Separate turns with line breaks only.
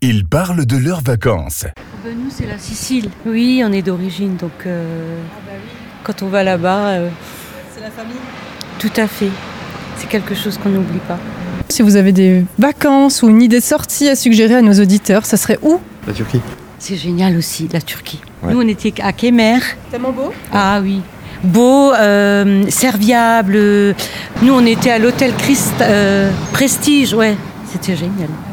Ils parlent de leurs vacances.
Ben, nous, c'est la Sicile. Oui, on est d'origine, donc euh, quand on va là-bas, euh,
C'est la famille.
tout à fait. C'est quelque chose qu'on n'oublie pas.
Si vous avez des vacances ou une idée de sortie à suggérer à nos auditeurs, ça serait où
La Turquie
C'est génial aussi, la Turquie.
Ouais.
Nous, on était à Kemer.
Tellement beau.
Ah oui. Beau, euh, serviable. Nous, on était à l'hôtel Christ euh, Prestige, ouais. C'était génial.